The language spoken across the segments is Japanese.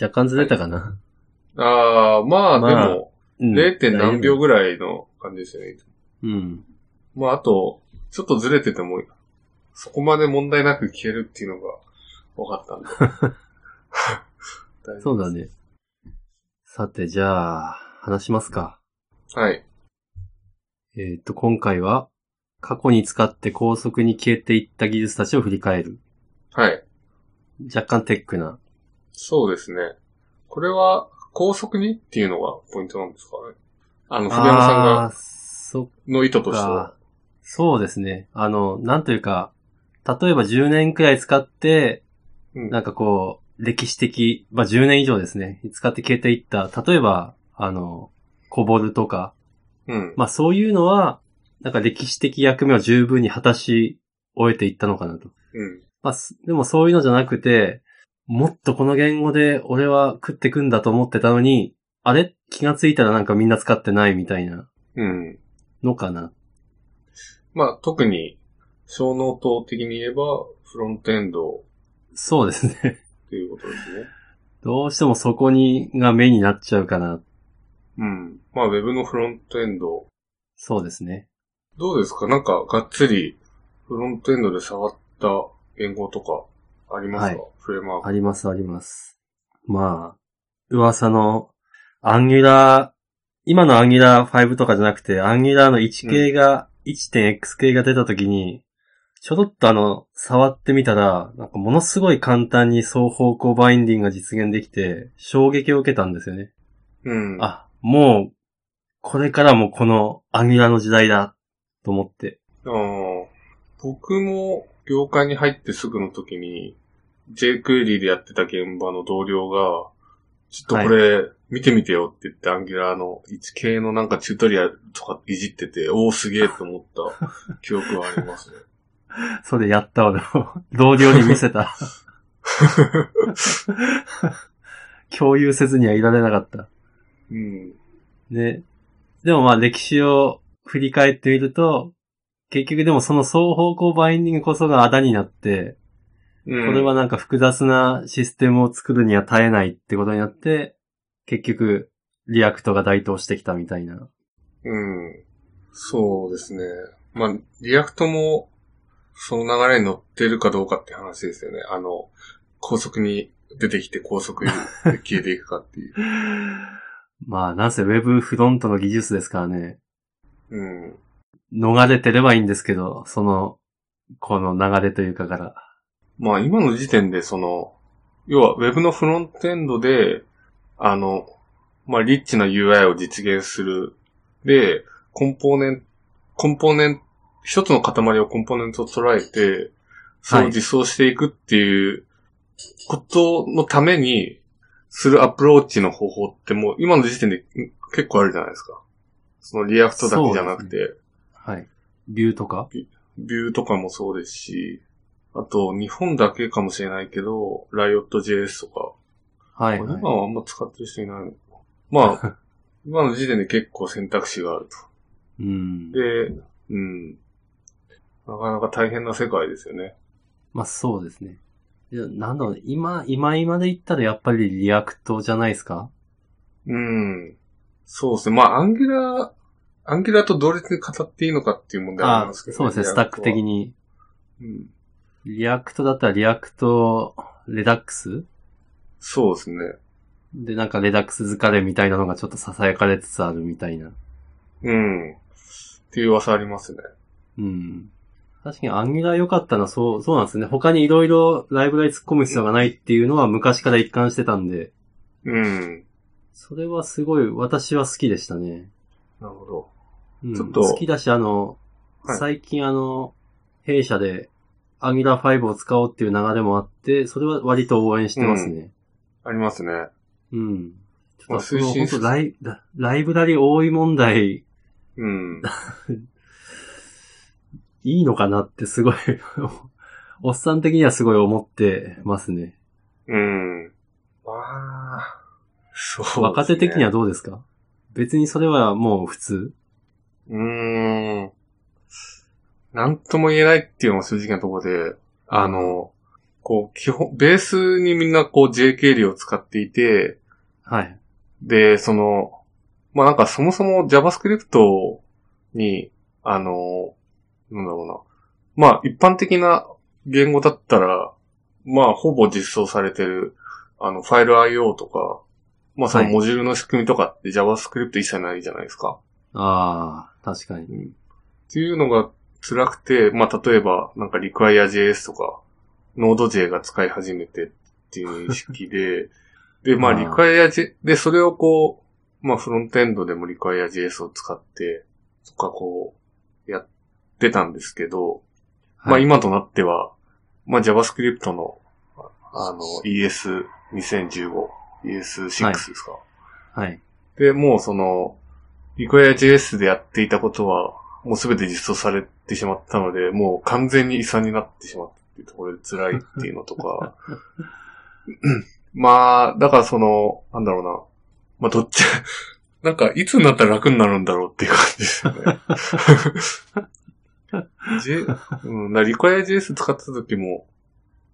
若干ずれたかな。ああ、まあ、まあでも、うん。 0. 点何秒ぐらいの感じですよね。うん。まあ、あと、ちょっとずれてても、そこまで問題なく消えるっていうのが分かったんで。大丈夫 そうだね。さて、じゃあ、話しますか。はい。えっ、と、今回は、過去に使って高速に消えていった技術たちを振り返る。はい。若干テックな。そうですね。これは、高速にっていうのがポイントなんですかね。あの、あ船山さんがあー、その意図っとしては。か。そうですね。あの、なんというか、例えば10年くらい使って、うんなんかこう、歴史的、まあ、10年以上ですね。使って消えていった。例えば、あの、コボルとか、うん。まあそういうのは、なんか歴史的役目を十分に果たし終えていったのかなと。うん。まあすでもそういうのじゃなくて、もっとこの言語で俺は食ってくんだと思ってたのに、あれ気がついたらなんかみんな使ってないみたいなうん。のかな。まあ、特に、小脳等的に言えば、フロントエンドそうですね。ということですね。どうしてもそこにが目になっちゃうかな。うん。まあ、ウェブのフロントエンド、そうですね。どうですかなんか、がっつり、フロントエンドで触った言語とか、ありますか、はフレームワーク。ありますあります。まあ、噂の、アンギュラー、今のアンギュラー5とかじゃなくて、アンギュラーの1系が、1.x 系が出た時に、ちょろっとあの、触ってみたら、なんかものすごい簡単に双方向バインディングが実現できて、衝撃を受けたんですよね。うん。ああ、もう、これからもこのアンギュラーの時代だ、と思って。ー僕も、業界に入ってすぐの時に、JQuery でやってた現場の同僚が、ちょっとこれ、見てみてよって言って、アンギュラーの 1K のなんかチュートリアルとかいじってて、おおすげえと思った記憶はあり ますね。それやった俺も、同僚に見せた。共有せずにはいられなかった。うん。ね。でもまあ歴史を振り返ってみると、結局でもその双方向バインディングこそがあだになって、ここれはなんか複雑なシステムを作るには耐えないってことになって、結局、リアクトが台頭してきたみたいな。うん。そうですね。まあ、リアクトも、その流れに乗ってるかどうかって話ですよね。あの、高速に出てきて高速に消えていくかっていう。まあなんせ Web フロントの技術ですからね、うん。逃れてればいいんですけど、その、この流れというかから。まあ、今の時点で、その、要は Web のフロントエンドで、あの、まあ、リッチな UI を実現する。で、コンポーネント、コンポーネント、一つの塊をコンポーネントと捉えて、それを実装していくっていうことのためにするアプローチの方法ってもう今の時点でん結構あるじゃないですか。そのリアクトだけじゃなくて、はい。ビューとかビューとかもそうですし、あと日本だけかもしれないけど、ライオット JS とか、はい、これはい今はあんま使ってる人いないのかま あ、今の時点で結構選択肢があると。うん。で、うん。なかなか大変な世界ですよね。まあそうですね。いやなんだろう、今、今今で言ったらやっぱりリアクトじゃないですかうん。そうですね。まあ、アンギュラー、アンギュラーと同列に語っていいのかっていう問題はありあますけどそうですね、スタック的に。に。うん。リアクトだったらリアクト、レダックスそうですね。で、なんかレダックス疲れみたいなのがちょっと囁かれつつあるみたいな。うん。っていう噂ありますね。うん。確かにアンギュラー良かったのはそう、そうなんですね。他にいろいろライブラリ突っ込む必要がないっていうのは昔から一貫してたんで、うん。それはすごい私は好きでしたね。なるほど。うんちょっと好きだし、あの、はい最近あの、弊社で、アギラ5を使おうっていう流れもあって、それは割と応援してますね。ありますね。うん。ちょまっとあその、推進本当ライ、ラライブラリ多い問題、うん。いいのかなってすごい、おっさん的にはすごい思ってますね。うん。まあ、そうですね。若手的にはどうですか別にそれはもう普通うーん。なんとも言えないっていうのが正直なところで、あの、こう、基本、ベースにみんなこう JK を使っていて、はい。で、その、まあ、なんかそもそも JavaScript に、あの、なんだろうな。まあ、一般的な言語だったら、まあ、ほぼ実装されてる、あの、ファイル IO とか、まあ、そのはいモジュールの仕組みとかって JavaScript 一切ないじゃないですか。ああ、確かに。っていうのが辛くて、まあ、例えば、なんか require.js とか、Node.js が使い始めてっていう意識 で、で、まあ、あー require.js、で、それをこう、まあ、フロントエンドでも require.js を使って、とかこう、やってたんですけど、まはあ、い、今となっては、まあ、JavaScript の、あの、ES2015、ES6 ですか、はい。で、もうその、リコヤ JS でやっていたことは、もうすべて実装されてしまったので、もう完全に遺産になってしまったっていうところで辛いっていうのとか。 まあ、だからその、なんだろうな。まあ、どっち、 なんか、いつになったら楽になるんだろうっていう感じですよね。J うん、なリコヤ JS 使ってた時も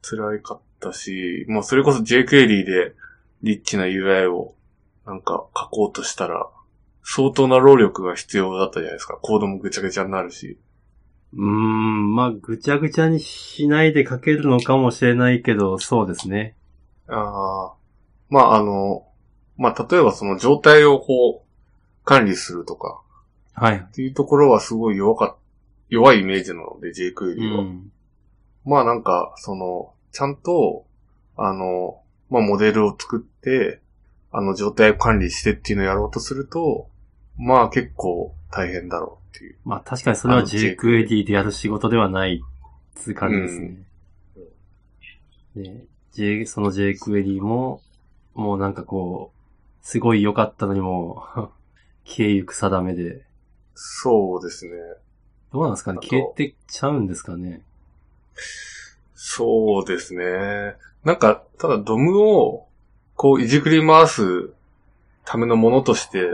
辛かったし、まあ、それこそ JQuery でリッチな UI をなんか書こうとしたら、相当な労力が必要だったじゃないですか。コードもぐちゃぐちゃになるし。うーん、まあ、ぐちゃぐちゃにしないで書けるのかもしれないけど、そうですね。ああ。まあ、あの、まあ、例えばその状態をこう、管理するとか、はい。っていうところはすごい弱かっ弱いイメージなので、j ク u う e は。ん。まあなんか、その、ちゃんと、あの、まあモデルを作って、あの状態を管理してっていうのをやろうとすると、まあ結構大変だろうっていう。まあ、確かにそれはあの JQAD でやる仕事ではない、つう感じですね。ね J、その JQAD も、もうなんかこう、すごい良かったのにも う、消えゆく定めで。そうですね。どうなんですかねあと消えてちゃうんですかねそうですね。なんか、ただドムを、こう、いじくり回すためのものとして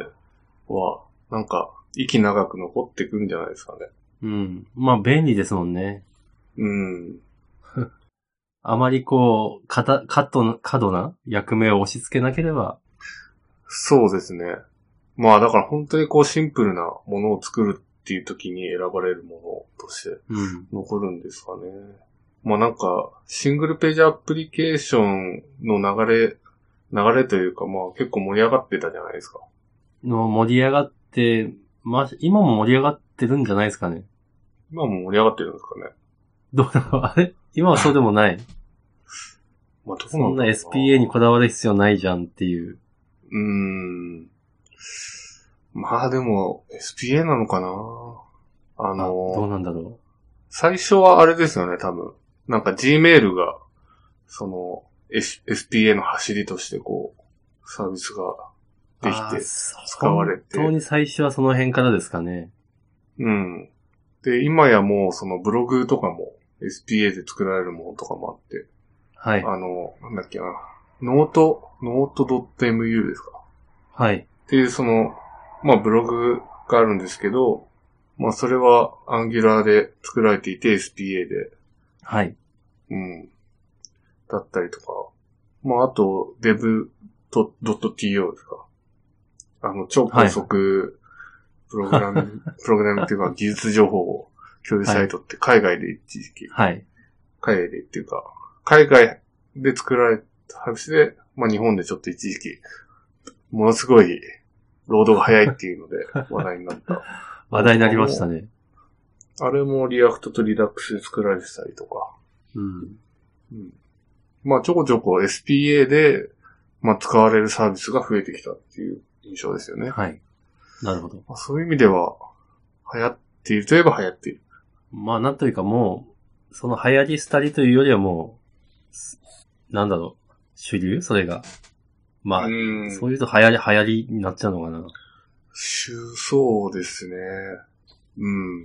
は、なんか、息長く残ってくんじゃないですかね。うん。まあ、便利ですもんね。うん。あまりこう、かた、過度な、過度な役目を押し付けなければ、そうですね。まあ、だから本当にこう、シンプルなものを作るっていう時に選ばれるものとしてうん。残るんですかね。まあなんか、シングルページアプリケーションの流れ、流れというか、まあ結構盛り上がってたじゃないですか。の盛り上がって、まあ、今も盛り上がってるんじゃないですかね。 今も盛り上がってるんですかね。どうだろうあれ今はそうでも ない。まあ、どうそのんかな SPA にこだわる必要ないじゃんっていう。うーん。まあでも、SPA なのかなああどうの、なんだろ最初はあれですよね、多分。なんか Gmail が、その、S、SPA の走りとしてこう、サービスがう。できて。使使われて本当に最初はその辺からですかね。うん。で、今やもうそのブログとかも SPA で作られるものとかもあって、はい。あの、なんだっけな、ノート、ノート .mu ですかはい。っていう、その、まあ、ブログがあるんですけど、まあ、それは Angular で作られていて、SPA で、はい。うん、だったりとか、まあ、あと、dev.to ですか。あの、超高速プログラム、プログラムっていうか、技術情報を共有サイトって海外で一時期、はい。海外でっていうか、海外で作られた話で、まあ日本でちょっと一時期、ものすごい、労働が早いっていうの で話題になった。話題になりましたね。あれもリアクトとリダックスで作られてたりとか。うん。うん、まあちょこちょこ SPA で、まあ使われるサービスが増えてきたっていう印象ですよね。はい。なるほど。まあ、そういう意味では、流行っているといえば流行っている。まあ、なんというかもう、その流行り廃りというよりはもうす、なんだろう、主流それが。まあ、うんそういうと流行り、流行りになっちゃうのかな。そうそうですね。うん。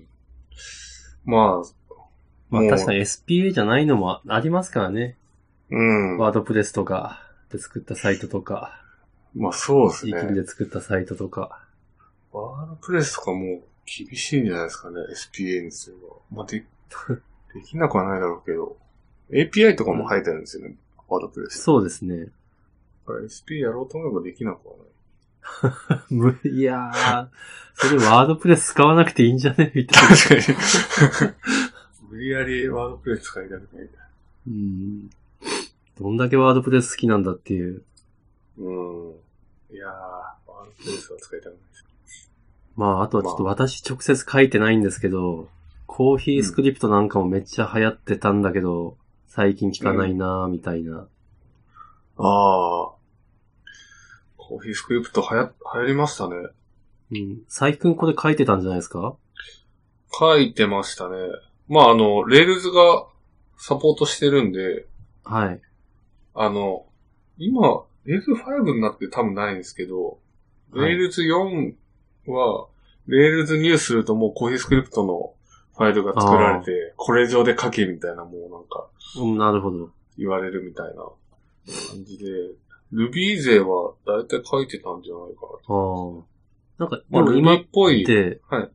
まあ、まあもう確かに SPA じゃないのもあありますからね。うん。ワードプレスとかで作ったサイトとか、まあそうですイキね。で作ったサイトとか。ワードプレスとかもう厳しいんじゃないですかね、SPA にすれば。まあ、で、できなくはないだろうけど。 API とかも入ってるんですよね。ワードプレス。そうですね。 だから SP やろうと思えばできなくはない。むいやー、それワードプレス使わなくていいんじゃねみたいな。確かに。無理やりワードプレス使いたくない。うん。どんだけワードプレス好きなんだっていう。うん。いやー、ワードプレスは使いたくないです。まあ、あとはちょっと私直接書いてないんですけど、コーヒースクリプトなんかもめっちゃ流行ってたんだけど、最近聞かないなーみたいな。ああ。コーヒースクリプト流行、流行りましたね。うん。最近これ書いてたんじゃないですか書いてましたね。まあ、あの、レールズがサポートしてるんで、はい。あの、今、レールズ5になって多分ないんですけど、はいレールズ4は、レールズ入するともうコーヒースクリプトのファイルが作られて、これ上で書けみたいな、もうなんか、うん、なるほど。言われるみたいな感じで、Ruby 勢はだいたい書いてたんじゃないかああ。なんか、でな。まもあ、今 Ruby っぽい。って、はい。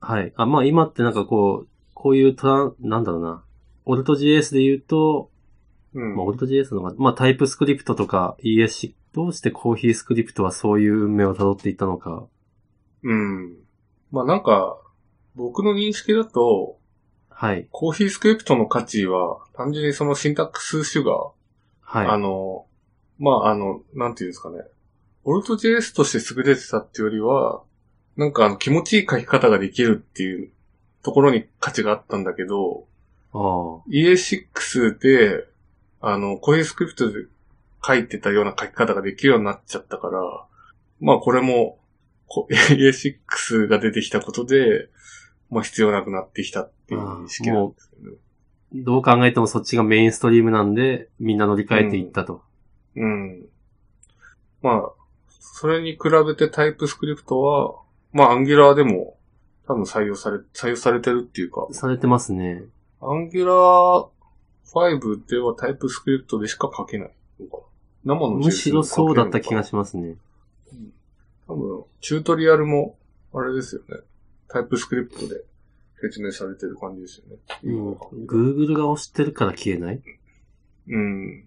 はい。あ、まあ今ってなんかこう、こういうトラン、なんだろうな。オルト JS で言うと、うんまあオルト JS の方が、まあタイプスクリプトとか ES、どうしてコーヒースクリプトはそういう運命を辿っていったのか。うん。まあなんか、僕の認識だと、はい。コーヒースクリプトの価値は、単純にそのシンタックス種が、あはい。の、まああの、なんていうんですかね。オルト JS として優れてたっていうよりは、なんかあの気持ちいい書き方ができるっていうところに価値があったんだけど、ああ。 EA6 で、あの、コーヒースクリプトで書いてたような書き方ができるようになっちゃったから、まあこれも、こ EA6 が出てきたことで、まあ必要なくなってきたっていう認識なんですよね。どう考えてもそっちがメインストリームなんで、みんな乗り換えていったと。うん。まあ、それに比べてタイプスクリプトは、まあアンギュラーでも多分採用され、採用されてるっていうか、されてますね。アンギュラー5ではタイプスクリプトでしか書けないのかな。生のむしろそうだった気がししますね。多分、チュートリアルも、あれですよね。タイプスクリプトで説明されてる感じですよね。うん。う Google が押してるから消えないん。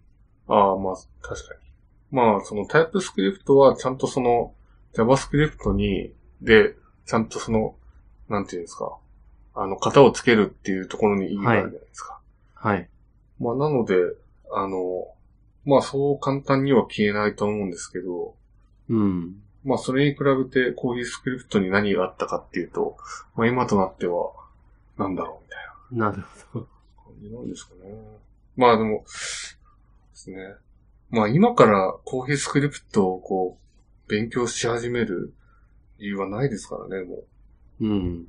ああ、まあ、確かに。まあ、そのタイプスクリプトはちゃんとその JavaScript に、で、ちゃんとその、なんていうんですか、あの、型をつけるっていうところに意味があるじゃないですか。はい。まあ、なので、あの、まあ、そう簡単には消えないと思うんですけど、うん。まあ、それに比べて、こういうスクリプトに何があったかっていうと、まあ、今となっては、なんだろう、みたいななるほど。感じなんですかね。まあ、でも、ですね。まあ、今からコーヒースクリプトをこう、勉強し始める理由はないですからね、もうん。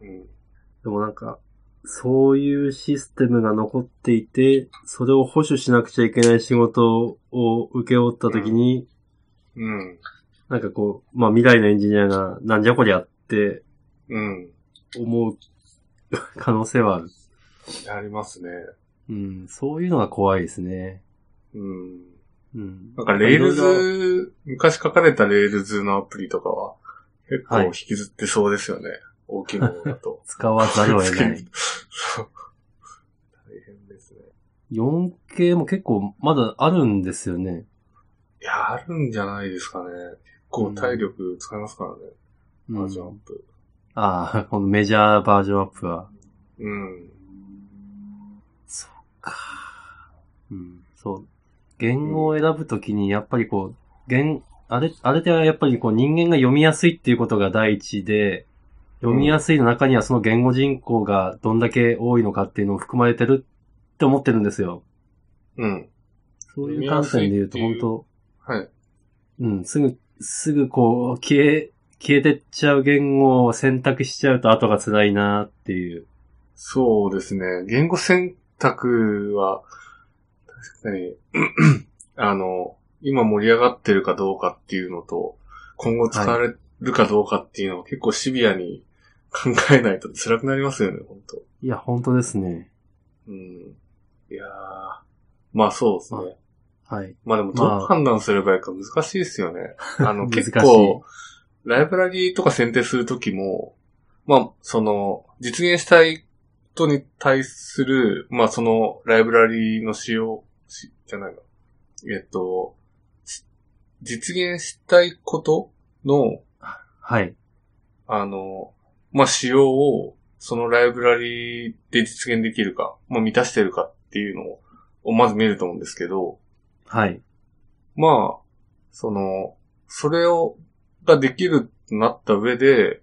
う。うん。でもなんか、そういうシステムが残っていて、それを保守しなくちゃいけない仕事を受け負ったときに、うん。なんかこう、まあ未来のエンジニアがなんじゃこりゃってうん。思う 可能性はある。ありますね。うん、そういうのが怖いですね。うん。うん。なんか、レいールろいろズ、昔書かれたレールズのアプリとかは、結構はい引きずってそうですよね。大きいものだと。使わざるを得ない。 そう大変ですね。 4K も結構まだあるんですよね。いや、あるんじゃないですかね。結構体力使いますからね。うバんージョンアップ。ああ、このメジャーバージョンアップは。うん。そっか。うん、そう。言語を選ぶときに、やっぱりこう、言、あれ、あれではやっぱりこう人間が読みやすいっていうことが第一で、読みやすいの中にはその言語人口がどんだけ多いのかっていうのを含まれてるって思ってるんですよ。うん。そういう観点で言うと本読みやすいっていう当はい。うん、すぐ、すぐこう、消え、消えてっちゃう言語を選択しちゃうと後が辛いなっていう。そうですね。言語選択は、確かに、 あの、今盛り上がってるかどうかっていうのと、今後使われるかどうかっていうのを結構シビアに考えないと辛くなりますよね、本当いや、本当ですね。うん。いやー。まあそうですね。はい。まあでも、どまあう判断すればいいか難しいで すよね。あの、難しい結構、ライブラリーとか選定するときも、まあ、その、実現したいトに対する、まあそのライブラリの使用、しじゃないの。えっと、し実現したいことの、はい。あの、まあ使用を、そのライブラリで実現できるか、まあ満たしてるかっていうのを、まず見ると思うんですけど、はい。まあ、その、それを、ができるとなった上で、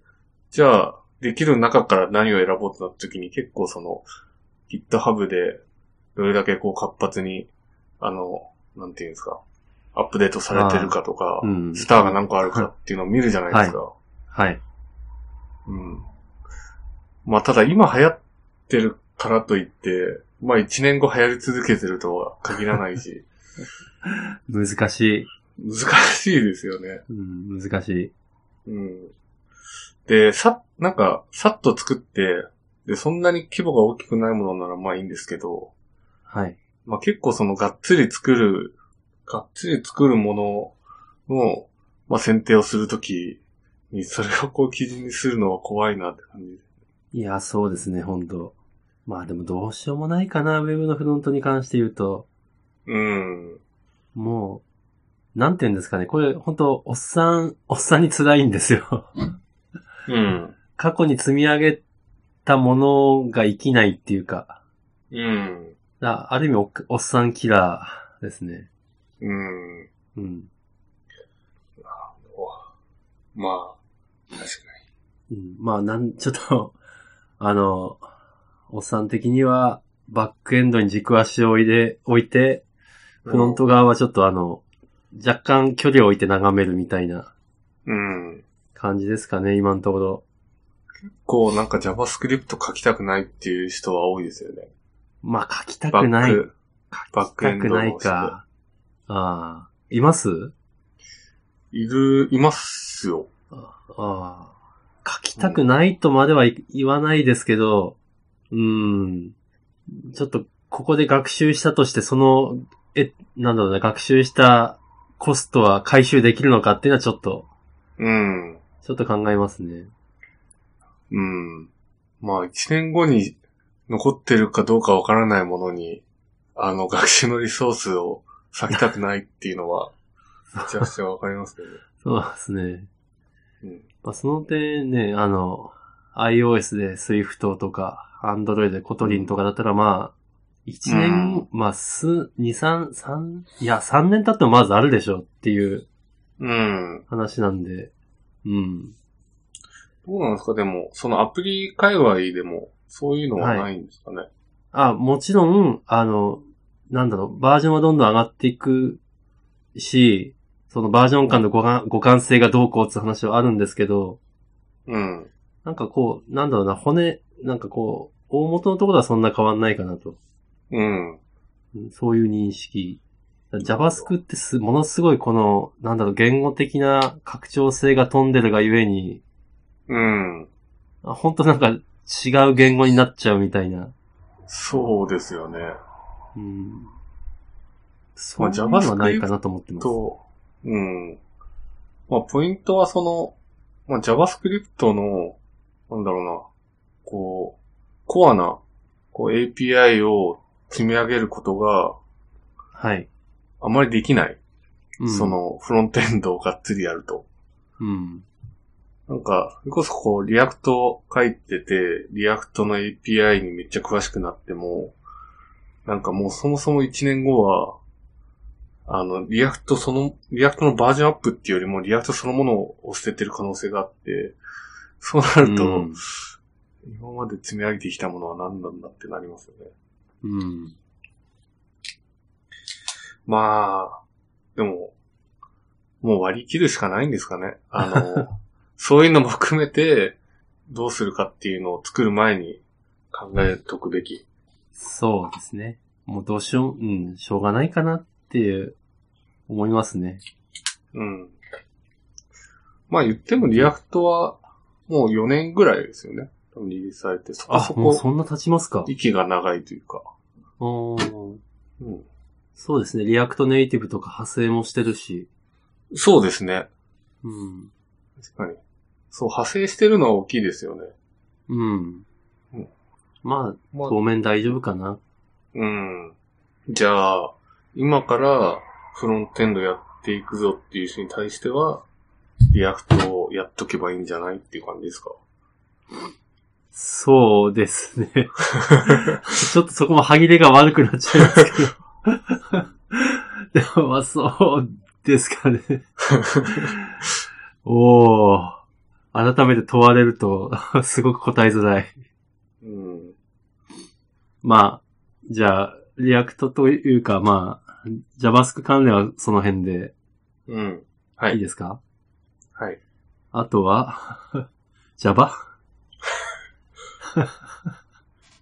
じゃあ、できる中から何を選ぼうとなった時に結構その、GitHub で、どれだけこう活発に、あの、なんていうんですか、アップデートされてるかとかう、ん。スターが何個あるかっていうのを見るじゃないですか。はい。うん。まあ、ただ今流行ってるからといって、まあ一年後流行り続けてるとは限らない し、難しい。難しいですよね。うん、難しい。うん。で、さ、なんか、さっと作って、で、そんなに規模が大きくないものならまあいいんですけど、はい。まあ結構そのがっつり作る、がっつり作るものの、まあ選定をするときに、それをこう基準にするのは怖いなって感じで。いや、そうですね、本当まあでもどうしようもないかな、ウェブのフロントに関して言うと。うん。もう、なんて言うんですかね、これ本当おっさん、おっさんに辛いんですよ。 うん。過去に積み上げたものが生きないっていうか、うん。あある意味おっおっさんキラーですね。うん。うん。まあ、確かうん、まあ、なん、ちょっと、 あの、おっさん的には、バックエンドに軸足を置いて、置いて、に。フロント側はちょっとあの、若干距離を置いて眺めるみたいなうん。感じですかね、今のところ。こうなんか JavaScript 書きたくないっていう人は多いですよね。まあ、書きたバくッない。書ク、バッきクエたンくドのない人か。ああ、いますいる、いますよ。ああ。書きたくないとまではい言わないですけど、うーん。ちょっと、ここで学習したとして、その、え、なんだろうな、学習したコストは回収できるのかっていうのはちょっと、うん。ちょっと考えますね。うん。まあ、一年後に残ってるかどうかわからないものに、あの、学習のリソースを割きたくないっていう のは、めちゃくちゃわかりますけど。そうですね。うん。まあ、その点ね、あの、iOS で Swift とか、Android でコトリンとかだったら、まあ、一年、まあ、す、二、三、三、いや、三年経ってもまずあるでしょうっていううん。話なんで、うん。どうなんですかでも、そのアプリ界隈でも、そういうのはないんですかね。あ、もちろん、あの、なんだろう、バージョンはどんどん上がっていくし、そのバージョン間の互換互換性がどうこうって話はあるんですけど、うん。なんかこう、なんだろうな、骨、なんかこう、大元のところはそんな変わんないかなと。うん。うんそういう認識。JavaScript ってす、ものすごいこの、なんだろう、言語的な拡張性が飛んでるがゆえに、うん。あ本当なんか違う言語になっちゃうみたいな。そうですよね。うん。そまうあいうのはないかなと思ってます。と、うん。まあ、ポイントはその、まあ、JavaScript の、なんだろうな、こう、コアな、こう API を積み上げることがはい。あまりできない。うんそ。の、フロントエンドをがっつりやると。うん。なんか、それこそこう、リアクト書いてて、リアクトの API にめっちゃ詳しくなっても、なんかもうそもそも1年後は、あの、リアクトその、リアクトのバージョンアップっていうよりも、リアクトそのものを捨ててる可能性があって、そうなると、うん今まで積み上げてきたものは何なんだってなりますよね。うん。まあ、でも、もう割り切るしかないんですかね。あの、 そういうのも含めて、どうするかっていうのを作る前に考えとくべき。そうですね。もうどうしよう、うん、しょうがないかなっていう、思いますね。うん。まあ言ってもリアクトは、もう4年ぐらいですよね。多分リリースされて、そこあそ、もうそこ、んな経ちますか。息が長いというか。おーうん、そうですね。リアクトネイティブとか派生もしてるし。そうですね。うん。確かに。そう、派生してるのは大きいですよね。うん。まあ、まあ当面大丈夫かな。うん。じゃあ、今からフロントエンドやっていくぞっていう人に対しては、リアクトをやっとけばいいんじゃないっていう感じですかそうですね。 ちょっとそこも歯切れが悪くなっちゃいますけど。 でもまあそうですかね。 おー。改めて問われると、 すごく答えづらい。うん。まあ、じゃあ、リアクトというか、まあ、JavaScript 関連はその辺でうん。はいいい。ですかはい。あとは、Java?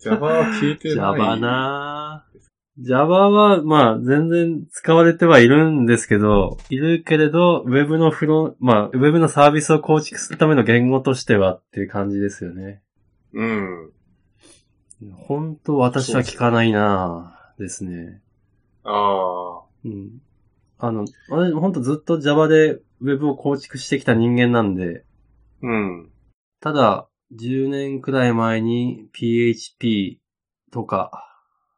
Java は聞いてない。 Java。なぁ Java は、まあ、全然使われてはいるんですけど、いるけれど、Web のフロン、まあ、Web のサービスを構築するための言語としてはっていう感じですよね。うん。本当私は聞かないなぁですね。ああ。うん。あの、私本当ずっと Java で Web を構築してきた人間なんで、うん。ただ、10年くらい前に PHP とか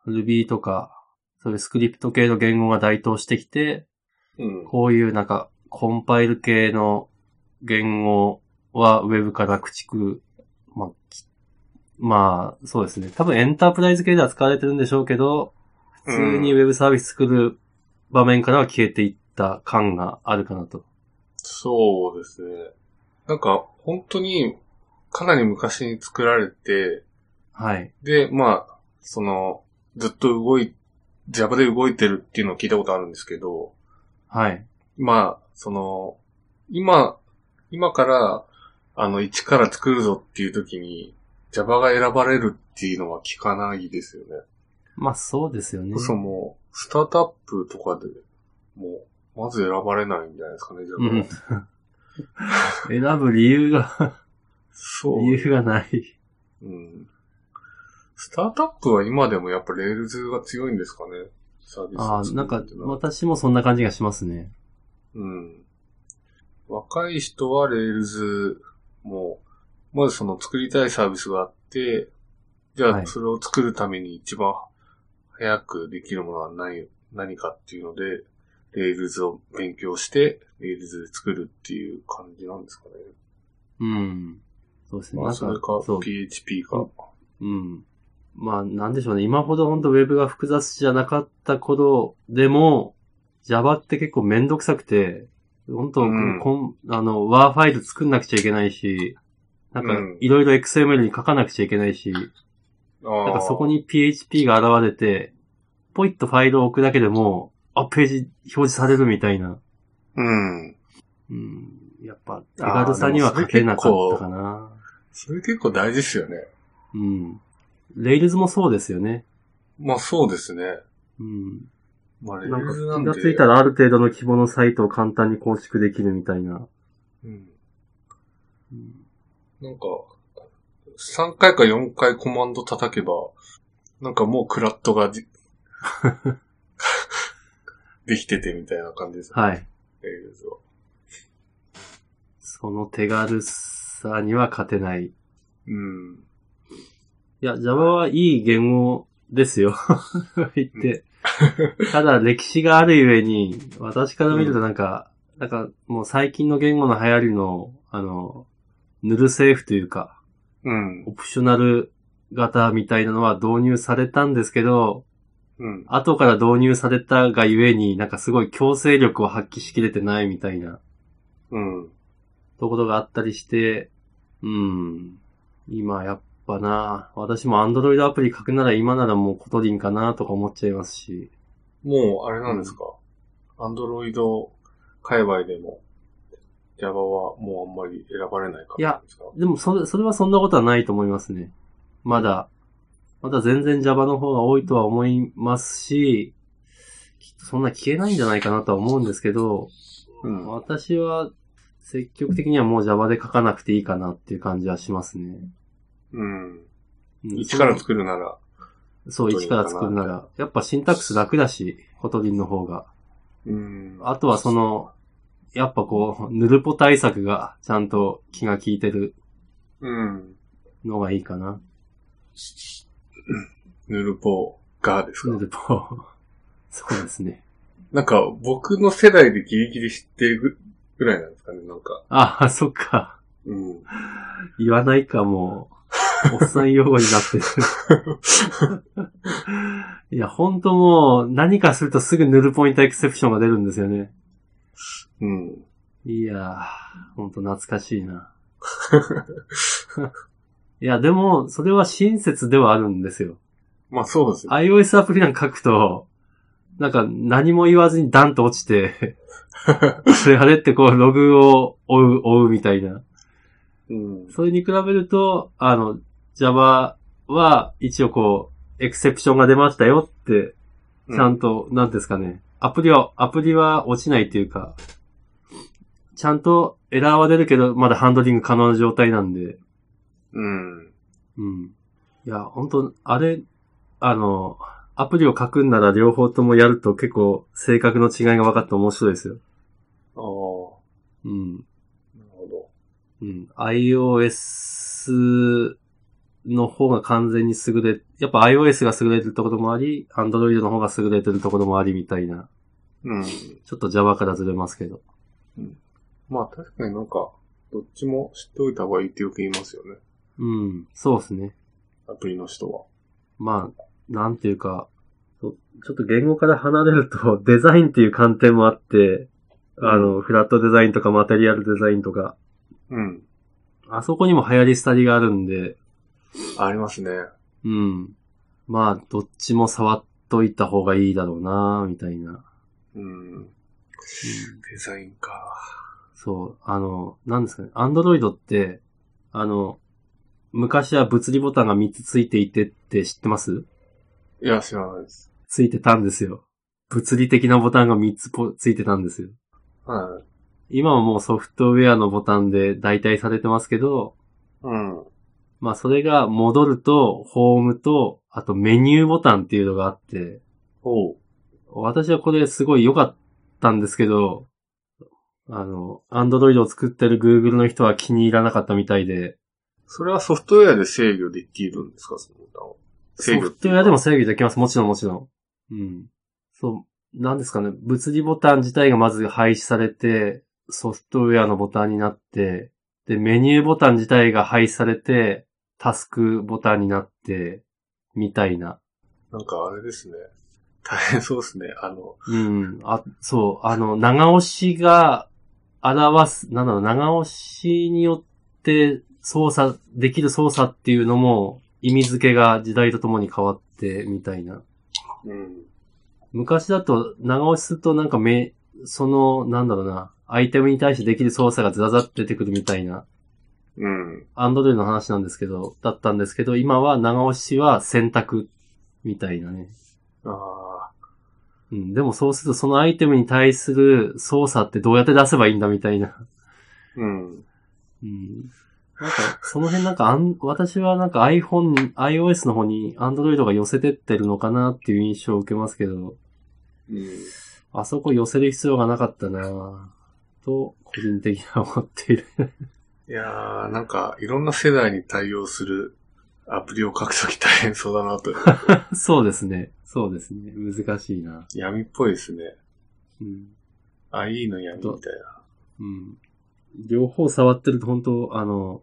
Ruby とか、そういうスクリプト系の言語が台頭してきて、うん。こういうなんかコンパイル系の言語は Web から駆逐、まあ、きまあ、そうですね。多分エンタープライズ系では使われてるんでしょうけど、普通にう Web サービス作る場面からは消えていった感があるかなと。そうですね。なんか、本当に、かなり昔に作られて、はい。で、まあ、その、ずっと動い、Java で動いてるっていうのを聞いたことあるんですけど、はい。まあ、その、今、今から、あの、一から作るぞっていう時に、Java が選ばれるっていうのは聞かないですよね。まあそうですよね。そもう、スタートアップとかでもう、まず選ばれないんじゃないですかね、う Java ん。選ぶ理由が、そう。理由が ない。うん。スタートアップは今でもやっぱレールズが強いんですかねサービスあをあ、作るなんかっていう、のは私もそんな感じがしますね。うん。若い人はレールズも、まずその作りたいサービスがあって、じゃはあいそれを作るために一番早くできるものは何何かっていうので、レールズを勉強して、レールズで作るっていう感じなんですかね。うん。そうですね。まあなんそれかそう、 PHP か。うん。まあ、なんでしょうね。今ほど本当 Web が複雑じゃなかった頃でも、Java って結構めんどくさくて、本当、うんこん、あの、ワーファイル作んなくちゃいけないし、なんかうん、いろいろ XML に書かなくちゃいけないし、あなんあかそこに PHP が現れて、ポイッとファイルを置くだけでも、あ、ページ表示されるみたいな。うん。うん。やっぱ、手軽さには勝てなかったかな。それ結構大事ですよね。うん。レイルズもそうですよね。まあそうですね。うん。まあレなーんかルズ気なんで。がついたらある程度の規模のサイトを簡単に構築できるみたいな。うん。うんなんか、3回か4回コマンド叩けば、なんかもうクラットがじ できててみたいな感じですね。はい。レールズは。その手軽さには勝てない。いうん。や、Java はいい言語ですよ。 言って。ただ歴史があるゆえに、私から見るとなんか、なんかもう最近の言語の流行りの、あの、ヌルセーフというか、うんオ。プショナル型みたいなのは導入されたんですけど、うん。後から導入されたがゆえに、なんかすごい強制力を発揮しきれてないみたいなうん。ところがあったりして、うん。今やっぱな、私も Android アプリ書くなら今ならもうコトリンかなとか思っちゃいますし、もう、あれなんですか。アンドロイド界隈でも、Java はもうあんまり選ばれない感じなんですかでもそれ、それはそんなことはないと思いますね。まだ、まだ全然 Java の方が多いとは思いますし、きっとそんな消えないんじゃないかなとは思うんですけど、うん。私は積極的にはもう Java で書かなくていいかなっていう感じはしますね。うん。うん一から作るなら、そう、一から作るなら。やっぱシンタックス楽だし、コトリンの方が。うん。あとはその、やっぱこう、ヌルポ対策がちゃんと気が利いてるうん。のがいいかな。ヌルポがですヌかルポ。 そうですね。なんか、僕の世代でギリギリ知ってるぐらいなんですかね、なんか。ああ、そっか。うん。言わないかも。おっさん用語になってる。 いや、ほんともう、何かするとすぐヌルポイントエクセプションが出るんですよね。うん。いやー、ほんと懐かしいな。 いや、でも、それは親切ではあるんですよ。まあそうですね。 iOS アプリなんか書くと、なんか何も言わずにダンと落ちて、それあれってこうログを追う、追うみたいな。うん。それに比べると、あの、Java は一応こう、エクセプションが出ましたよって、ちゃんと、なんですかね。アプリは、アプリは落ちないっていうか、ちゃんとエラーは出るけど、まだハンドリング可能な状態なんで、うん。うん。いや、本当あれ、あの、アプリを書くんなら両方ともやると結構性格の違いが分かって面白いですよ。ああ、なうるほん。ど。うん。iOS の方が完全に優れ、やっぱ iOS が優れてるところもあり、Android の方が優れてるところもありみたいな。うん。ちょっと Java からずれますけど。まあ確かになんか、どっちも知っておいた方がいいってよく言いますよね。うん。そうですね。アプリの人は。まあ、なんていうか、そうちょっと言語から離れると、 デザインっていう観点もあって、あの、フラットデザインとかマテリアルデザインとか、うん。あそこにも流行り廃りがあるんで、ありますね。うん。まあ、どっちも触っといた方がいいだろうなみたいな。うんうん。デザインか。そう、あの、なんですかね。アンドロイドって、あの、昔は物理ボタンが3つついていてって知ってますいや、知らないです。ついてたんですよ。物理的なボタンが3つぽついてたんですよ。はい。今はもうソフトウェアのボタンで代替されてますけど、うん。まあそれが戻ると、ホームと、あとメニューボタンっていうのがあって、おう。私はこれすごい良かったんですけど、あの、アンドロイドを作ってる Google の人は気に入らなかったみたいで、それはソフトウェアで制御できるんですかそのボタンを。制ソ御フってトいウうェかアでも制御できます。もちろんもちろん。うん。そう、なんですかね。物理ボタン自体がまず廃止されて、ソフトウェアのボタンになって、で、メニューボタン自体が廃止されて、タスクボタンになって、みたいな。なんかあれですね。大変そうですね。あの、うん。あ、そう、あの、長押しが表す、なんだろう、長押しによって操作、できる操作っていうのも意味付けが時代とともに変わって、みたいな。うん。昔だと長押しするとなんかめ、その、なんだろうな、アイテムに対してできる操作がずらざっと出てくるみたいな、うん。アンドロイドの話なんですけど、だったんですけど、今は長押しは選択みたいなね。あうん、でもそうするとそのアイテムに対する操作ってどうやって出せばいいんだみたいな。ーうん。うん。なんか、その辺なんかあん、私はなんか iPhone、iOS の方に Android が寄せてってるのかなっていう印象を受けますけど、うん。あそこ寄せる必要がなかったなぁと、個人的には思っている。 いやー、なんか、いろんな世代に対応するアプリを書くとき大変そうだな と。そうですね。そうですね。難しいな闇っぽいですね。うん。 IE の闇みたいな。うん。両方触ってると本当あの、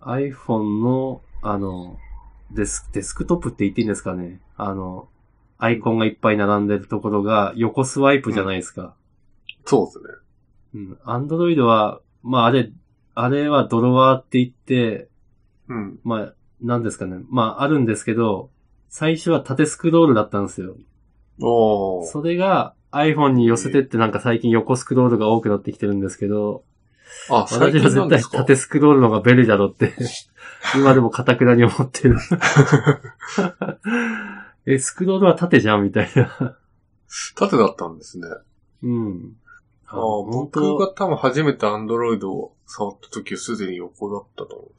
iPhone の、あの、デスデスクトップって言っていいんですかね。あの、アイコンがいっぱい並んでるところが横スワイプじゃないですか。そうですね。うん。Android は、まああれ、あれはドロワーって言って、うん。まあ、なんですかね。まあ、あるんですけど、最初は縦スクロールだったんですよ。おー。それが iPhone に寄せてってなんか最近横スクロールが多くなってきてるんですけど、あ、最私は近な絶んで対すか縦スクロールの方が便利だろう って、今でも堅くなに思ってる。 え、スクロールは縦じゃんみたいな。縦だったんですね。うん。あー僕が多分初めて Android を触った時はすでに横だったと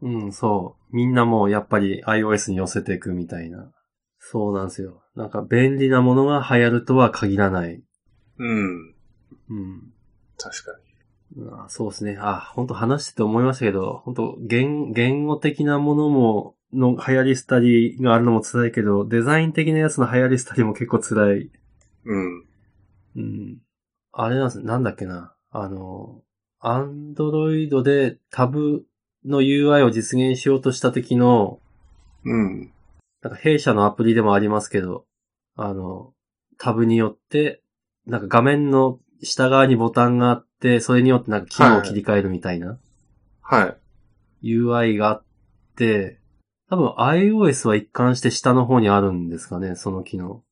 思う。うん、そう。みんなもうやっぱり iOS に寄せていくみたいな。そうなんですよ。なんか便利なものが流行るとは限らない。うん。うん。確かに。あそうですね。あ、本当話してて思いましたけど、本当言、言語的なものもの流行りしたりがあるのも辛いけど、デザイン的なやつの流行りしたりも結構辛い。うん。うん。あれなんです、なんだっけな。あの、アンドロイドでタブの UI を実現しようとした時の、うん。なんか弊社のアプリでもありますけど、あの、タブによって、なんか画面の下側にボタンがあって、それによってなんか機能を切り替えるみたいな、 はい。 UI があって、多分 iOS は一貫して下の方にあるんですかね、その機能。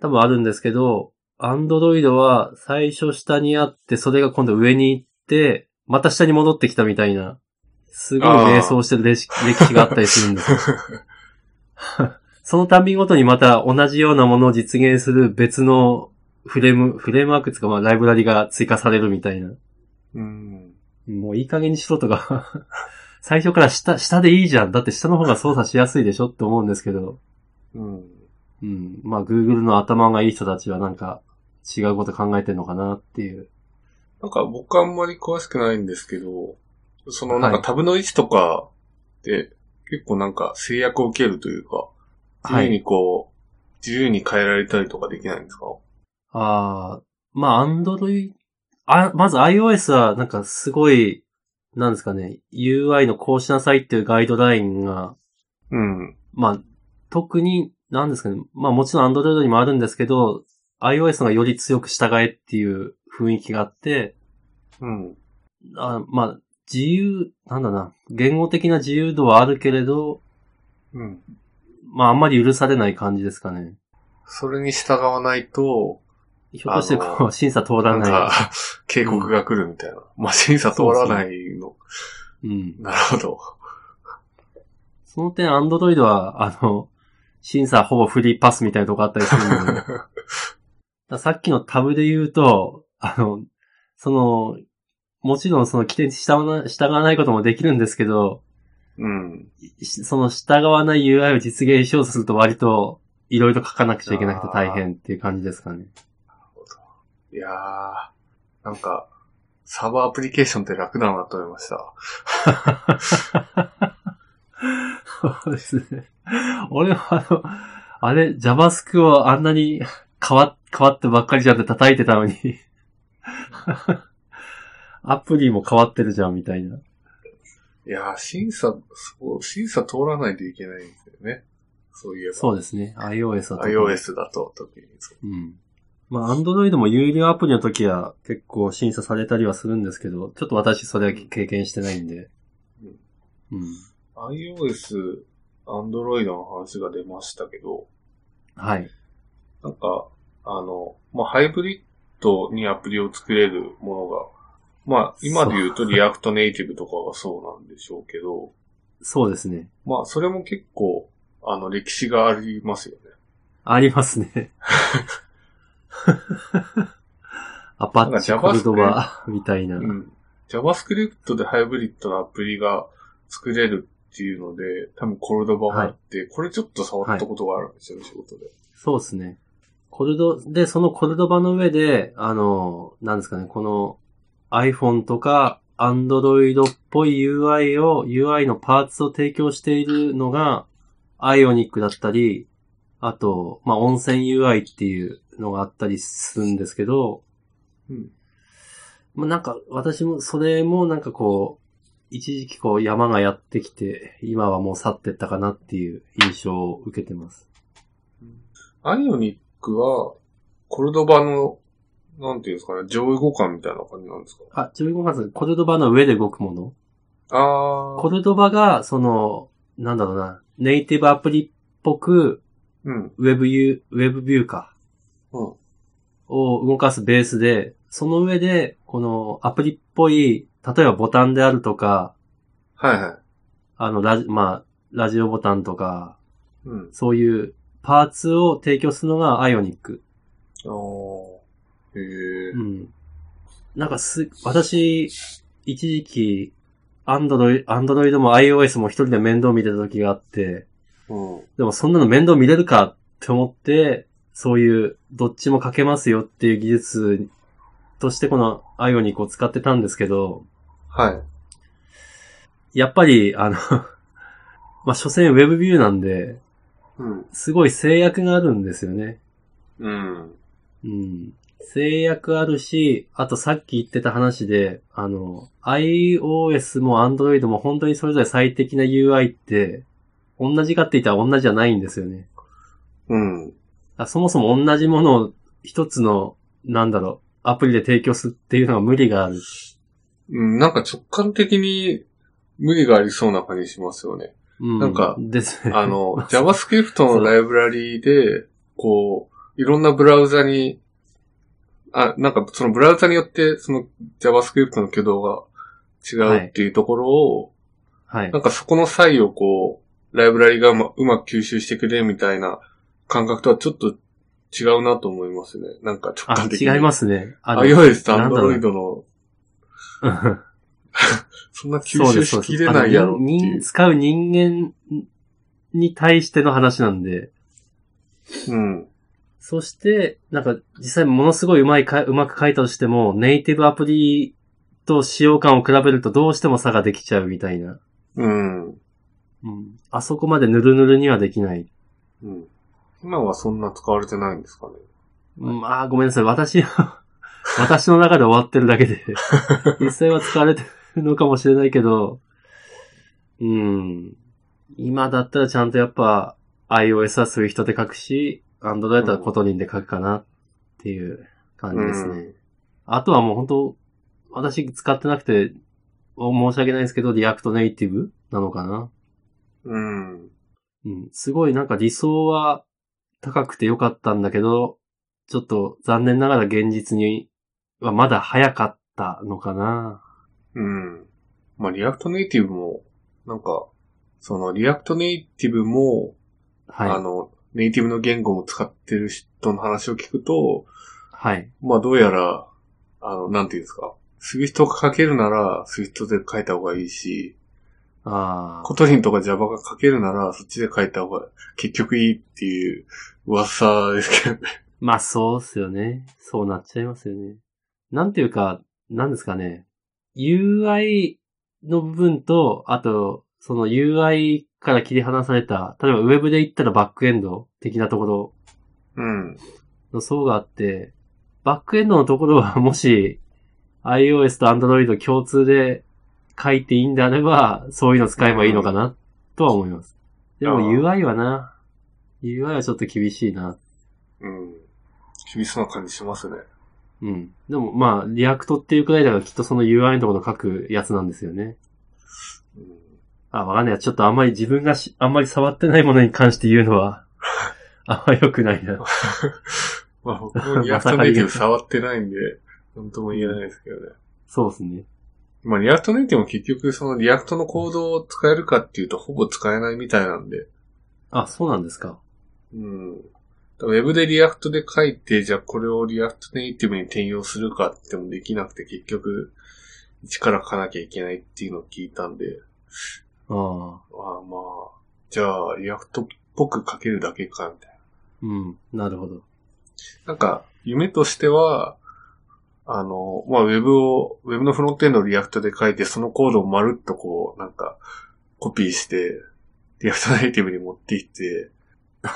多分あるんですけど、Android は最初下にあって、それが今度上に行って、また下に戻ってきたみたいな、すごい迷走してる歴史歴史があったりするんです よそのたびごとにまた同じようなものを実現する別のフレーム、フレームワークつうかまあライブラリが追加されるみたいな。うん。もういい加減にしろとか。 最初から下、下でいいじゃん。だって下の方が操作しやすいでしょって思うんですけど。うん。うん。まあ Google の頭がいい人たちはなんか違うこと考えてんのかなっていう。なんか僕あんまり詳しくないんですけど、そのなんはかいタブの位置とかって結構なんか制約を受けるというか、自は由い。にこう、自由に変えられたりとかできないんですかああ、まあ Android、あ、まず iOS はなんかすごい、なんですかね、UI のこうしなさいっていうガイドラインがうん。まあ、特に、なんですかね。まあもちろん Android にもあるんですけど、iOS がより強く従えっていう雰囲気があって、うん。あまあ、自由、なんだな。言語的な自由度はあるけれど、うん。まああんまり許されない感じですかね。それに従わないと、ひょっとしてあこのう、審査通ならんない。か、 警告が来るみたいな。まあ、審査通 らないの。うん。なるほど。その点 Android は、あの、審査ほぼフリーパスみたいなとこあったりする ので、ださっきのタブで言うと、あの、その、もちろんその規定に従わな従わないこともできるんですけど、うん。しその従わない UI を実現しようとすると割といろいろ書かなくちゃいけなくて大変っていう感じですかね。いやー、なんか、サーバーアプリケーションって楽だなと思いました。そうですね。俺はあの、あれ、JavaScript をあんなに 変わ、変わってばっかりじゃんって叩いてたのに、 アプリも変わってるじゃんみたいな。いやー、審査、そう、審査通らないといけないんですよね。そういえば。そうですね。iOS は特に。 iOS だと、特にそう。うん。まあ、Android も有料アプリの時は結構審査されたりはするんですけど、ちょっと私それは経験してないんで。うん。 iOS、Android の話が出ましたけど、はい。なんか、あの、まあ、ハイブリッドにアプリを作れるものが、まあ、今で言うとリアクトネイティブとかがそうなんでしょうけど、そうですね。まあ、それも結構、あの、歴史がありますよね。ありますね。アパッチ、なんか JavaScript コルドバみたいな。うん。JavaScript でハイブリッドのアプリが作れるっていうので、多分コルドバがあって、これちょっと触ったことがあるんですよね、仕事で。そうですね。コルド、で、そのコルドバの上で、あの、なんですかね、この iPhone とか Android っぽい UI を、UI のパーツを提供しているのが、Ionic だったり、あと、まあ、温泉 UI っていうのがあったりするんですけど、うん。まあ、なんか、私も、それもなんかこう、一時期こう山がやってきて、今はもう去ってったかなっていう印象を受けてます。アイオニックは、コルドバの、なんていうんですかね、上位互換みたいな感じなんですかあ、15月、コルドバの上で動くものあー。コルドバが、その、なんだろうな、ネイティブアプリっぽく、うん。ウェブユー、ウェブビューか、うん。を動かすベースで、その上で、このアプリっぽい、例えばボタンであるとか、はいはい。あの、ラジ、まあ、ラジオボタンとか、うん。そういうパーツを提供するのがアイオニック。あー。へえう。ん。なんかす、私、一時期、アンドロイ、アンドロイドも iOS も一人で面倒見てた時があって、うん。でもそんなの面倒見れるかって思って、そういうどっちもかけますよっていう技術としてこのアイオニックを使ってたんですけど、はい。やっぱり、あの、 まあ、所詮 Web ビューなんで、うん。すごい制約があるんですよね。うん。うん。制約あるし、あとさっき言ってた話で、あの、iOS も Android も本当にそれぞれ最適な UI って、同じかって言ったら同じじゃないんですよね。うん。あそもそも同じものを一つの、なんだろう、アプリで提供するっていうのは無理がある。うん、なんか直感的に無理がありそうな感じしますよね。うん。なんかですね。あの、JavaScript のライブラリーで、こう、いろんなブラウザに、あ、なんかそのブラウザによって、その JavaScript の挙動が違うっていうところを、はいな。んかそこの際をこう、ライブラリがうまうまく吸収してくれみたいな感覚とはちょっと違うなと思いますね。なんか直あ感、的違に。いますね。あの iOS となんだろう Android の、うんそんな 吸そうで収すそしうですきれないやろあっのて人い人う。使う人間に対しての話なんで、うん。そして、なんか実際ものすごいうまいか、うまく書いたとしても、ネイティブアプリと使用感を比べるとどうしても差ができちゃうみたいな。うん。うん。あそこまでヌルヌルにはできない。うん。今はそんな使われてないんですかね。うん、あーごめんなさい。私は、 私の中で終わってるだけ で、実際は使われてるのかもしれないけど、うん。今だったらちゃんとやっぱ iOS は Swift で書くし、Android はコトリンで書くかなっていう感じですね。あとはもう本当私使ってなくて、申し訳ないですけど、リアクトネイティブなのかなうん。うん。うん。すごいなんか理想は高くて良かったんだけど、ちょっと残念ながら現実にはまだ早かったのかな。うん。まあ、リアクトネイティブも、なんか、その、リアクトネイティブも、あはい。の、ネイティブの言語も使ってる人の話を聞くと、はい。まあ、どうやら、あの、なんていうんですか。スイフトが書けるなら、スイフトで書いた方がいいし、あコトリンとか Java が書けるなら、そっちで書いた方が結局いいっていう噂ですけどね。あ。まあそうっすよね。そうなっちゃいますよね。なんていうか、なんですかね。UI の部分と、あと、その UI から切り離された、例えばウェブで言ったらバックエンド的なところうん。の層があって、バックエンドのところは もし iOS と Android 共通で書いていいんであれば、そういうの使えばいいのかな、とは思います。でもあー UI はな、UI はちょっと厳しいな。うん。厳しそうな感じしますね。うん。でもまあ、リアクトっていうくらいだからきっとその UI のところ書くやつなんですよね。うんあ、わかんない。ちょっとあんまり自分がしあんまり触ってないものに関して言うのは、 あんま良くないな。まあ僕もリアクトネイティブ触ってないんで、なんとも言えないですけどね。そうですね。まあリアクトネイティブも結局そのリアクトのコードを使えるかっていうとほぼ使えないみたいなんで。あ、そうなんですか。うん。ウェブでリアクトで書いて、じゃあこれをリアクトネイティブに転用するかってもできなくて結局、一から書かなきゃいけないっていうのを聞いたんで、ああ。ああまあ、じゃあリアクトっぽく書けるだけかみたいな。うん。なるほど。なんか、夢としては、あの、まあ、ウェブを、ウェブのフロントエンドをリアクトで書いて、そのコードをまるっとこう、なんか、コピーして、リアクトネイティブに持っていって、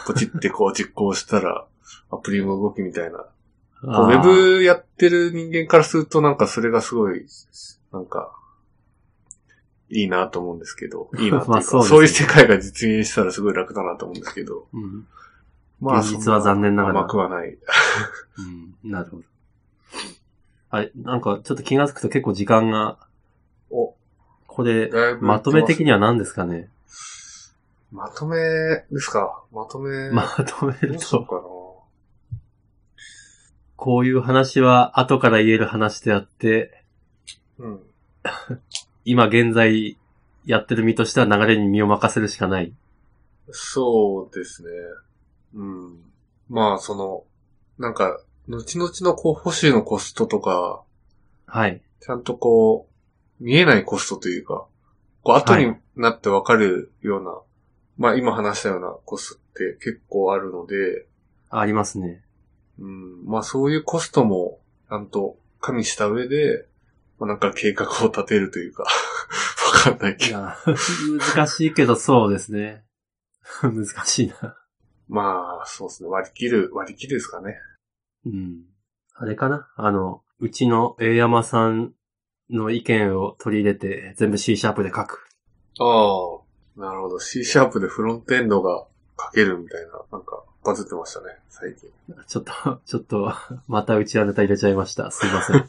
ポチってこう実行したら、 アプリも動きみたいな。こうウあーェブやってる人間からすると、なんかそれがすごい、なんか、いいなと思うんですけど、いいなってい まうか、あそそううですねいう世界が実現したらすごい楽だなと思うんですけど、うん。まあ、現実は残念ながらそん甘くはない。うん。なるほど。はい。なんか、ちょっと気がつくと結構時間が、お、これ、だいぶまとめ的には。は何ですかね。まとめですかまとめ。まとめどるうしよと、うかな。こういう話は後から言える話であって、うん。今現在やってる身としては流れに身を任せるしかない。そうですね。うん。まあ、その、なんか、後々のこう、補修のコストとか、はい。ちゃんとこう、見えないコストというか、こう、後はになってわかるような、まあ、今話したようなコストって結構あるので、ありますね。うん。まあ、そういうコストも、ちゃんと加味した上で、まあ、なんか計画を立てるというか、わ かんないいけど。や、 難しいけどそうですね。 難しいな。まあ、そうですね。割り切る、割り切るですかね。うん。あれかなあの、うちの栄山さんの意見を取り入れて、全部 C シャープで書く。ああ、なるほど。C シャープでフロントエンドが書けるみたいな、なんか、バズってましたね、最近。ちょっと、 ちょっと、またうちはネタ入れちゃいました。すいませ ん。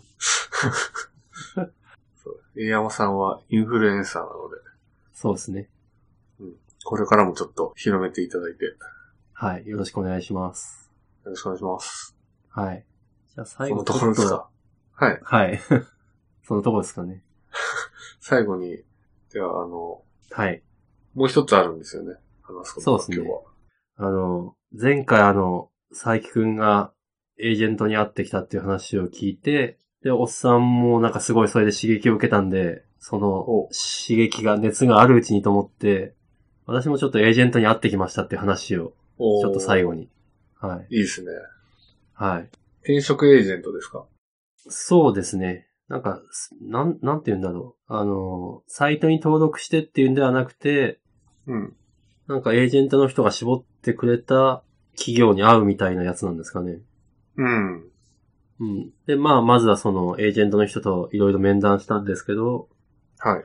そう。栄山さんはインフルエンサーなので、そうですね。これからもちょっと広めていただいて、よはい。よろしくお願いします。ろしくお願いします。はい。じゃあ最こ後のところですちょっかはい。とはい。 そのところですかね。最後に、では、あの、はい。もう一つあるんですよね。話すことがそうですね今日は。あの、前回あの、佐伯くんがエージェントに会ってきたっていう話を聞いて、で、おっさんもなんかすごいそれで刺激を受けたんで、そのお刺激が、熱があるうちにと思って、私もちょっとエージェントに会ってきましたっていう話を、おーちょっと最後に。はい。いいですね。はい。転職エージェントですかそうですね。なんか、すなん、なんて言うんだろう。あの、サイトに登録してっていうんではなくて、うん。なんかエージェントの人が絞ってくれた企業に会うみたいなやつなんですかね。うん。うん。で、まあ、まずはその、エージェントの人といろいろ面談したんですけど、はい。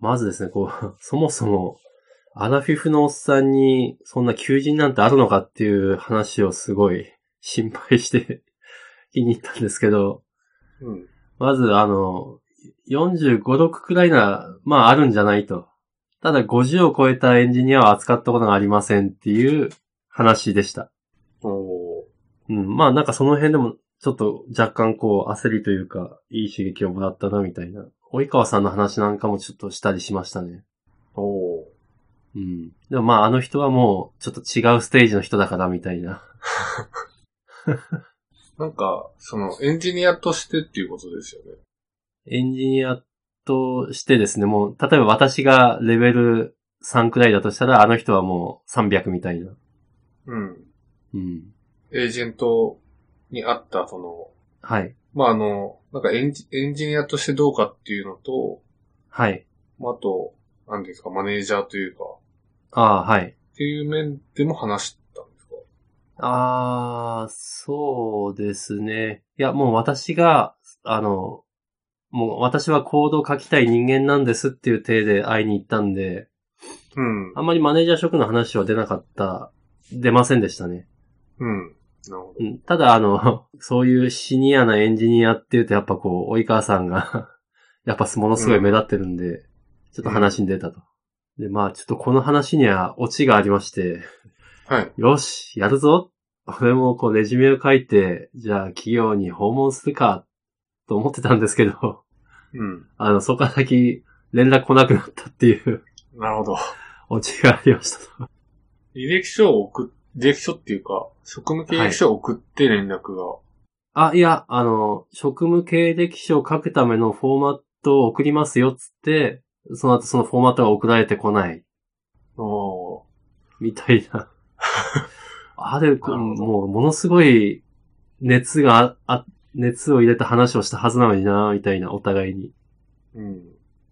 まずですね、こう、 そもそも、アラフィフのおっさんに、そんな求人なんてあるのかっていう話をすごい心配して 気に入ったんですけど、うん。まず、あの、45、6くらいなら、まあ、あるんじゃないと。ただ、50を超えたエンジニアは扱ったことがありませんっていう話でした。おーうん、まあなんかその辺でも、ちょっと若干こう焦りというか、いい刺激をもらったなみたいな。及川さんの話なんかもちょっとしたりしましたね。おーうん。でもまああの人はもう、ちょっと違うステージの人だからみたいな。なんか、その、エンジニアとしてっていうことですよね。エンジニアとしてですね、もう、例えば私がレベル3くらいだとしたら、あの人はもう300みたいな。うん。うん。エージェントにあった、その、はい。まあ、あの、なんかエンジエンジニアとしてどうかっていうのと、はい。まあ、あと、なんていうんですか、マネージャーというか、ああ、はい。っていう面でも話したんですかあー、そうですね。いや、もう私が、あの、もう私はコードを書きたい人間なんですっていう体で会いに行ったんで、うん。あんまりマネージャー職の話は出なかった、出ませんでしたね。うん。なるほど。うん、ただ、あの、そういうシニアなエンジニアっていうと、やっぱこう、及川さんが、 やっぱものすごい目立ってるんで、ちょっと話に出たと。で、まあ、ちょっとこの話にはオチがありまして、はい。よし、やるぞ。俺もこうレジュメを書いて、じゃあ企業に訪問するか、と思ってたんですけど、 うん。あの、そこから先連絡来なくなったっていう なるほど。オチがありましたと。履歴書を送っ、履歴書っていうか、職務経歴書を送って連絡が。あ、いや、あの、職務経歴書を書くためのフォーマットを送りますよっつって、その後そのフォーマットが送られてこない、おーみたいな。 あれ、こうなるほどもうものすごい熱があ、熱を入れた話をしたはずなのにな、みたいな、お互いに。うん。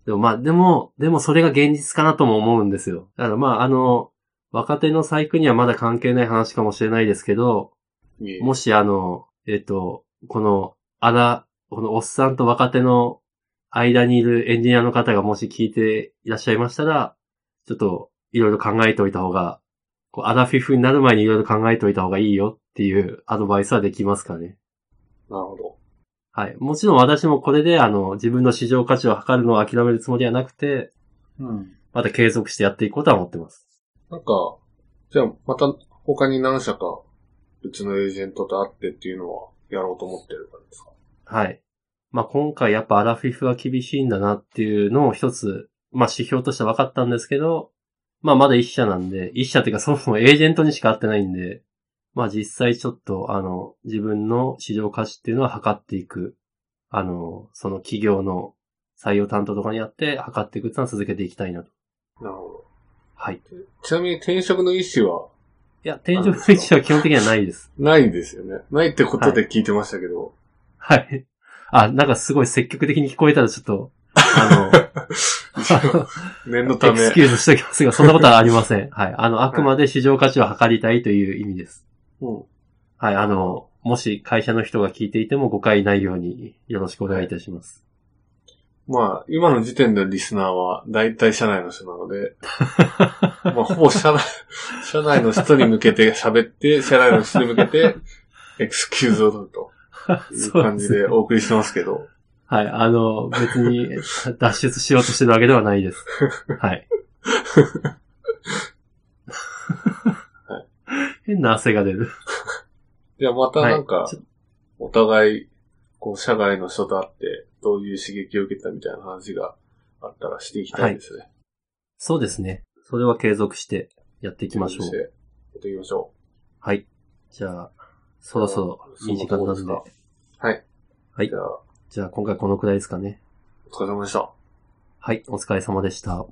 でもまあ、でも、でもそれが現実かなとも思うんですよ。だからまあ、あの、若手の細工にはまだ関係ない話かもしれないですけど、いえもしあの、えっと、この、あら、このおっさんと若手の間にいるエンジニアの方がもし聞いていらっしゃいましたら、ちょっといろいろ考えておいた方が、こうアラフィフになる前にいろいろ考えておいた方がいいよっていうアドバイスはできますかね。なるほど。はい。もちろん私もこれであの、自分の市場価値を測るのを諦めるつもりはなくて、うん。また継続してやっていこうとは思ってます。なんか、じゃあまた他に何社か、うちのエージェントと会ってっていうのはやろうと思ってる感じですかはい。まあ、今回やっぱアラフィフは厳しいんだなっていうのを一つ、まあ、指標として分かったんですけど、まあ、まだ一社なんで、一社っていうかそもそもエージェントにしか会ってないんで、まあ、実際ちょっと、あの、自分の市場価値っていうのは測っていく。あの、その企業の採用担当とかにあって測っていくっていうのは続けていきたいなと。なるほど。はい。いちなみに転職の意思はや、天井の位置は基本的にはないです。ないんですよね。ないってことで聞いてましたけど。はい。あ、なんかすごい積極的に聞こえたらちょっと、あの、 念のた エクめス。キューズしておき ますが、そんなことはありません。はい。あの、あくまで市場価値を測りたいという意味です。うんはい。あの、もし会社の人が聞いていても誤解ないようによろしくお願いいたします。まあ、今の時点でリスナーは大体社内の人な ので、まあ、ほぼ社内、社内の人に向けて喋って、社内の人に向 けて、エクスキューズを取るという感じそうでですねお送りしてますけど、はい。あの、別 に脱出しようとしてるわけではないです。はい。変な汗が出る。じゃあまたなんかはいちょ、お互い、こう、社外の人と会って、どういう刺激を受けたみたいな話があったらしていきたいですね。そうですね。それは継続してやっていきましょそうして。やっていきましょはい。じゃあ、そろそろいい時間なんそんでなとこ。はい。はう。いじゃ。あ、じゃあ今回このくらいですかね。お疲れ様でした。はい。お疲れ様でした。